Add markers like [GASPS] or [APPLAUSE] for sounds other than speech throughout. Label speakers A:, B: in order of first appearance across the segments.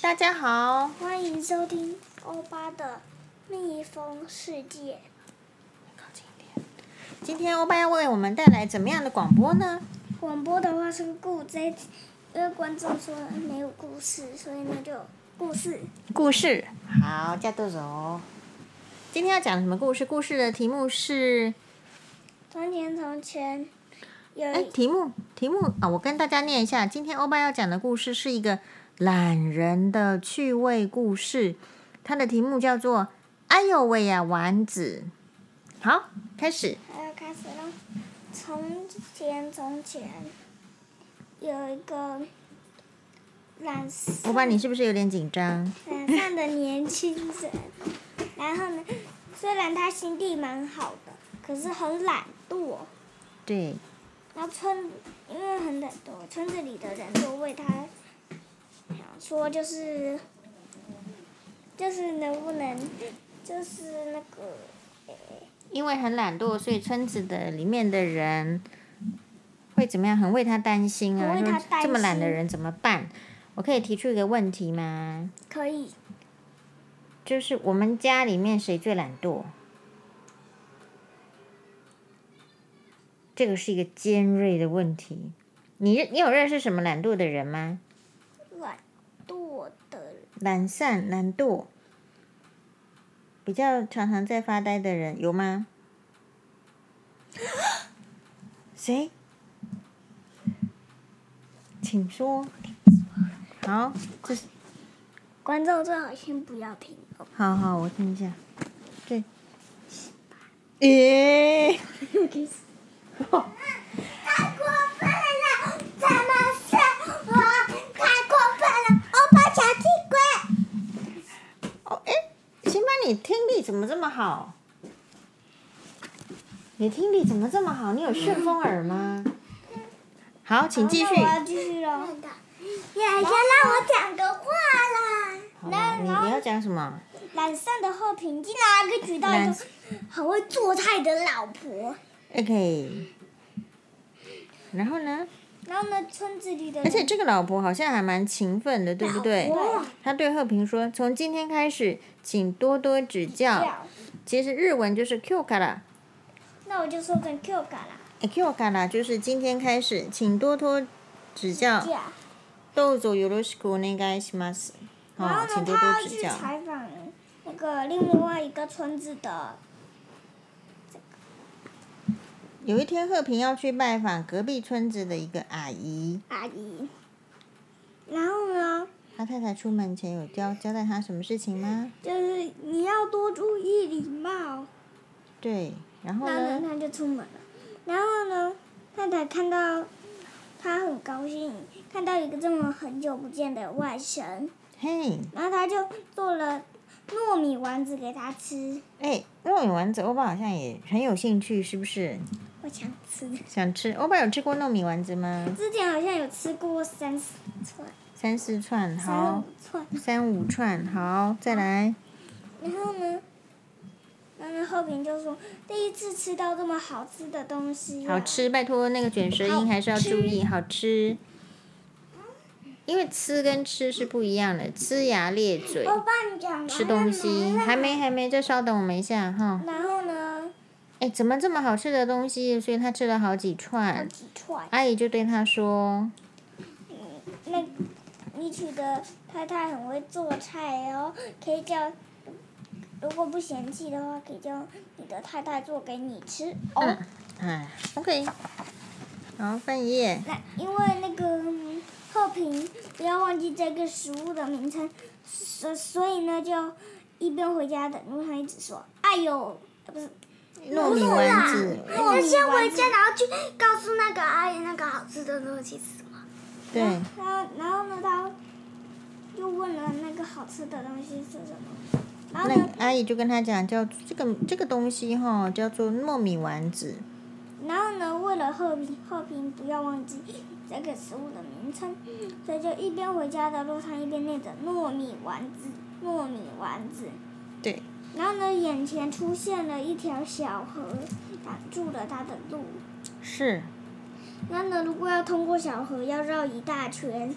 A: 大家好，
B: 欢迎收听欧巴的蜜蜂世界。
A: 靠近一点。今天欧巴要为我们带来怎么样的广播呢？
B: 广播的话是故这一集，因为观众说没有故事，所以那就有故事。
A: 故事。好，加豆走。今天要讲什么故事？故事的题目是……
B: 从前从前有
A: 哎，
B: 一
A: 题目题目啊、我跟大家念一下。今天欧巴要讲的故事是一个懒人的趣味故事，它的题目叫做“哎呦喂呀，丸子”。好，开始。
B: 还要开始了。从前从前有一个懒
A: 欧
B: 散
A: 巴，你是不是有点紧张？
B: 懒散的年轻人，然后呢，虽然他心地蛮好的，可是很懒惰。
A: 对，
B: 然后村，因为很懒惰，村子里的人都为他想说，就是就是能不能，就是那个，呃
A: 因为很懒惰，所以村子的里面的人会怎么样？很为他担心啊！
B: 很为他
A: 说
B: 担
A: 这么懒的
B: 心
A: 人怎么办？我可以提出一个问题吗？
B: 可以
A: 就是我们家里面谁最懒惰？这个是一个尖锐的问题。你认你有认识什么懒惰的人吗？
B: 懒惰的
A: 懒散、懒惰，比较常常在发呆的人有吗？ [GASPS] 谁？请说。好，这是
B: 观众最好先不要听哦。
A: 好好，我听一下。对。诶、
B: 太过分了，怎么是我？太过分了，欧巴小气鬼！
A: 哦，哎，辛巴，你听力怎么这么好？你听力怎么这么好？你有顺风耳吗？好，请继续。
B: 那我要继续了。也先让我讲个话啦。
A: 好吧你你要讲什么？
B: 懒散的后平竟然可以娶到一
A: 懒
B: 个很会做菜的老婆。
A: OK，然后呢？
B: 然后呢，村子里的
A: 而且
B: 人
A: 这个老婆好像还蛮勤奋的，对不对
B: 老婆？
A: 她对贺平说：“从今天开始，请多多指教。
B: 叫，”
A: 其实日文就是 “q 卡啦
B: 那我就说成 Q 嘎啦。
A: ”，“q 卡啦”哎就是今天开始，请多多指教。
B: 叫，
A: 豆子有ろしくお願いします。
B: 然
A: 哦，
B: 后
A: 请
B: 呢，
A: 多多
B: 他要
A: 指
B: 去
A: 教。
B: 采访那个另外一个村子的，
A: 有一天，贺平要去拜访隔壁村子的一个阿姨，
B: 阿姨。然后呢，
A: 他太太出门前有交交代他什么事情吗？
B: 就是你要多注意礼貌。
A: 对，然后
B: 然后
A: 呢？
B: 呢，他就出门了。然后呢，太太看到他很高兴，看到一个这么很久不见的外甥。
A: 嘿，
B: 然后他就做了糯米丸子给他吃，
A: 哎，糯米丸子，欧巴好像也很有兴趣，是不是？
B: 我想吃。
A: 想吃？欧巴有吃过糯米丸子吗？
B: 之前好像有吃过三四串，
A: 三四串，
B: 三
A: 好
B: 五，串。
A: 三五串，好，再来。
B: 然后呢，然后后平就说第一次吃到这么好吃的东西、啊
A: 好。吃，拜托那个卷舌音还是要注意，好吃。因为吃跟吃是不一样的，呲牙咧嘴，
B: 欧巴，你讲完了
A: 吃东西。
B: 来
A: 还。没还没，再稍等我们一下哈
B: 了。然后呢，
A: 哎，怎么这么好吃的东西？所以他吃了好几
B: 有
A: 串。
B: 几串？
A: 阿姨就对他说
B: 嗯，那你娶的太太很会做菜哦，可以叫，如果不嫌弃的话，可以叫你的太太做给你吃哦。
A: 嗯：“哎，OK。”好，翻页。
B: 那因为那个嗯贺平不要忘记这个食物的名称，所所以呢就一边回家的路上一直说：“哎呦，呃不是
A: 糯米丸子，
B: 糯米
C: 先
B: 丸
C: 回
B: 子。
C: 家，然后去告诉那个阿姨那个好吃的东西是什么。
A: 对，
B: 然后然后呢他就问了那个好吃的东西是什么，然后
A: 那
B: 呢
A: 个阿姨就跟他讲，叫这个这个东西哈、叫做糯米丸子。
B: 然后呢，为了贺平，贺平不要忘记 [LAUGHS] 这个食物的名称，所以就一边回家的路上一边念着糯米丸子，糯米丸子。
A: 对，
B: 然后呢，眼前出现了一条小河，挡住了他的路。
A: 是，
B: 然后呢，如果要通过小河，要绕一大圈。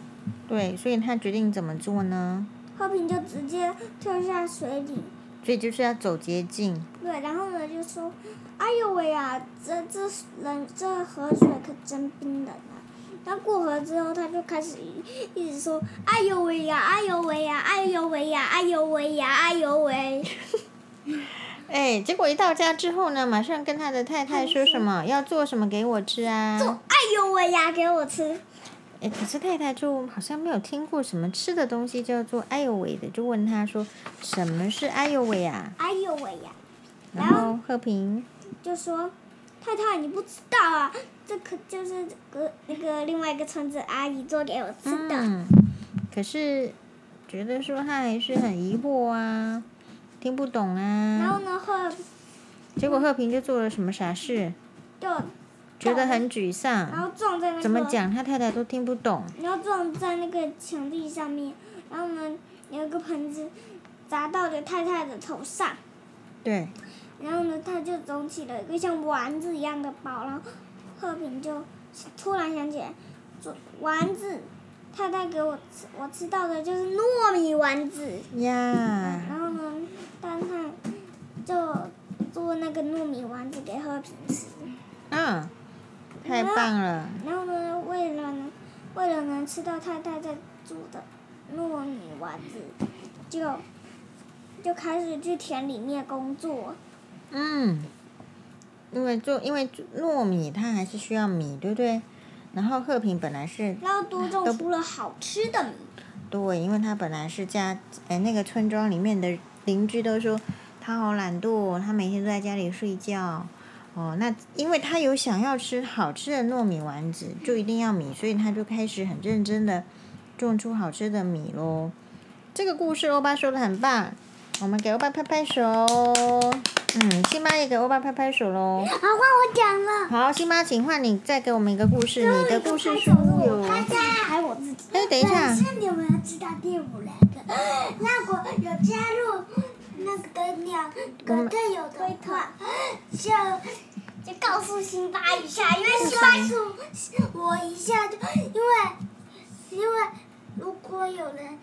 A: 对，所以他决定怎么做呢？
B: 后平就直接跳下水里，
A: 所以就是要走捷径，
B: 对，然后呢就说：“哎呦喂呀，这这人这河水可真冰冷啊！”然后过河之后，他就开始一一直说：“哎呦喂呀，哎呦喂呀，哎呦喂呀，哎呦喂呀，哎呦喂。
A: 哎，结果一到家之后呢，马上跟他的太太说什么要做什么给我吃啊？”
B: 做“哎呦喂呀”给我吃，
A: 哎，可是太太就好像没有听过什么吃的东西叫做“哎呦喂”的，就问他说：“什么是‘哎呦喂’啊
B: 哎呦喂呀，？”
A: 然
B: 然
A: 后
B: 后
A: 贺平，
B: 就说：“太太，你不知道啊，这可就是这个那个另外一个村子阿姨做给我吃的。
A: 嗯，可是觉得说他还是很疑惑啊，听不懂
B: 然后
A: 啊。
B: 呢，后
A: 结果贺平就做了什么傻事，
B: 就
A: 觉
B: 撞
A: 得很沮
B: 然后
A: 丧。
B: 撞在那个
A: 怎么？讲，他太太都听不懂。
B: 然后撞在那个墙壁上面，然后呢，有一个盆子砸到了太太的头上，
A: 对，
B: 然后呢，她就肿起了一个像丸子一样的包，然后贺平就突然想起来，做丸子，太太给我吃，我吃到的就是糯米丸子，然
A: 呀，
B: 后呢，但他就做那个糯米丸子给贺平吃。
A: 嗯，太棒了。
B: 然后呢，为了能为了能吃到太太在煮的糯米丸子，就就开始去田里面工作。
A: 嗯，因为做因为糯米它还是需要米，对不对？然后贺平本来是
B: 然后都种出了好吃的米，
A: 对，因为他本来是家哎那个村庄里面的邻居都说他好懒惰，他每天都在家里睡觉。哦，那因为他有想要吃好吃的糯米丸子，就一定要米，所以他就开始很认真的种出好吃的米喽。这个故事欧巴说的很棒，我们给欧巴拍拍手。嗯，辛巴也给欧巴拍拍手喽。
C: 好，换我讲了。
A: 哦好，辛巴，请换你再给我们一个故事。你的故事书有，
C: 大家还我自己。
A: 哎等一下
C: 但是你们要知道第五人格， [LAUGHS] 那我有加入那个的两个队友的话，就就告诉辛巴一下，因为辛巴是我一下就因为因为如果有人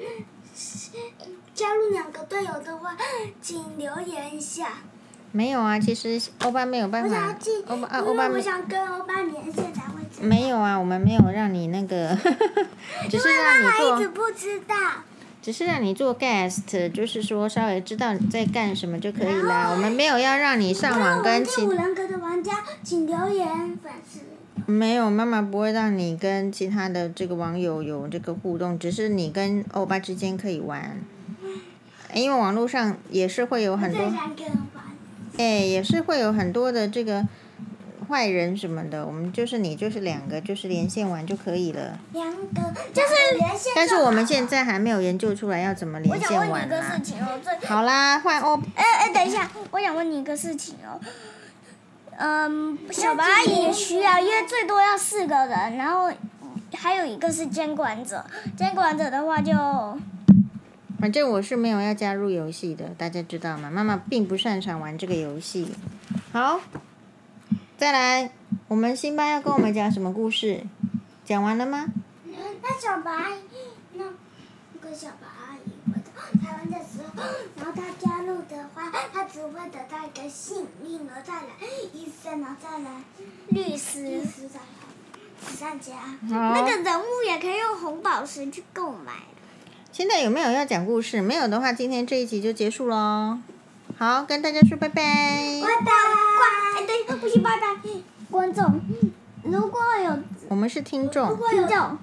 C: 加入两个队友的话，请留言一下。
A: 没有啊？其实欧巴没有办
C: 我想
A: 法
C: 要进，，
A: 欧巴啊，欧
C: 因
A: 巴
C: 为我
A: 没
C: 想跟欧巴连线才会知道。
A: 没有啊，我们没有让你那
C: [LAUGHS]
A: 个，只是让
C: 因为妈妈一
A: 你
C: 直
A: 做，
C: 不知道。
A: 只是让你做 guest，就是说稍微知道你在干什么就可以啦。我们没有要让你上网跟
C: 第
A: 其
C: 五人格的玩家，请留言粉丝。
A: 没有，妈妈不会让你跟其他的这个网友有这个互动，只是你跟欧巴之间可以玩，因为网络上也是会有很多。
C: 最想跟人玩。
A: 哎，也是会有很多的这个坏人什么的，我们就是你就是两个就是连线玩就可以了。
C: 两个就是连线。
A: 但是我们现。在还没有研究出来要怎么
B: 我
A: 连
B: 想
A: 线
B: 问你
A: 玩
B: 一个事
A: 啦。
B: 情哦，这
A: 好啦，换哦欧
B: 哎哎，等一下，我想问你一个事情哦。嗯，小白阿姨需要，因为最多要四个人，然后还有一个是监管者，监管者的话就
A: 反正我是没有要加入游戏的，大家知道吗？妈妈并不擅长玩这个游戏。好，再来，我们辛巴要跟我们讲什么故事？讲完了吗？
C: 那小白阿姨，那那个小白阿姨回到台湾的时候，然后她加入的话，她只会得到一个幸运，然后再来医生，然后再来
B: 律师
C: 律。师，再来慈善家。
A: 好
B: 那，个人物也可以用红宝石去购买。
A: 现在有没有要讲故事？没有的话，今天这一集就结束喽。好，跟大家说拜拜。
C: 拜拜。
B: 哎，对，不行，拜拜，观众。如果有
A: 我们是听众，
B: 听众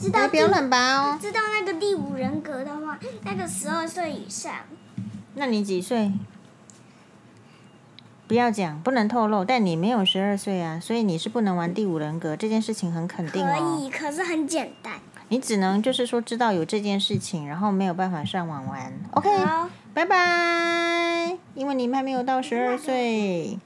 B: 知道
A: 哎，不要
B: 第
A: 乱拔哦。
B: 知道那个第五人格的话，那个十二岁以上，
A: 那你几岁？不要讲，不能透露。但你没有十二岁啊，所以你是不能玩第五人格这件事情很肯
B: 可
A: 定哦。
B: 以，可是很简单。
A: 你只能就是说知道有这件事情，然后没有办法上网玩。OK，
B: 好。
A: 拜拜。因为你们还没有到十二岁。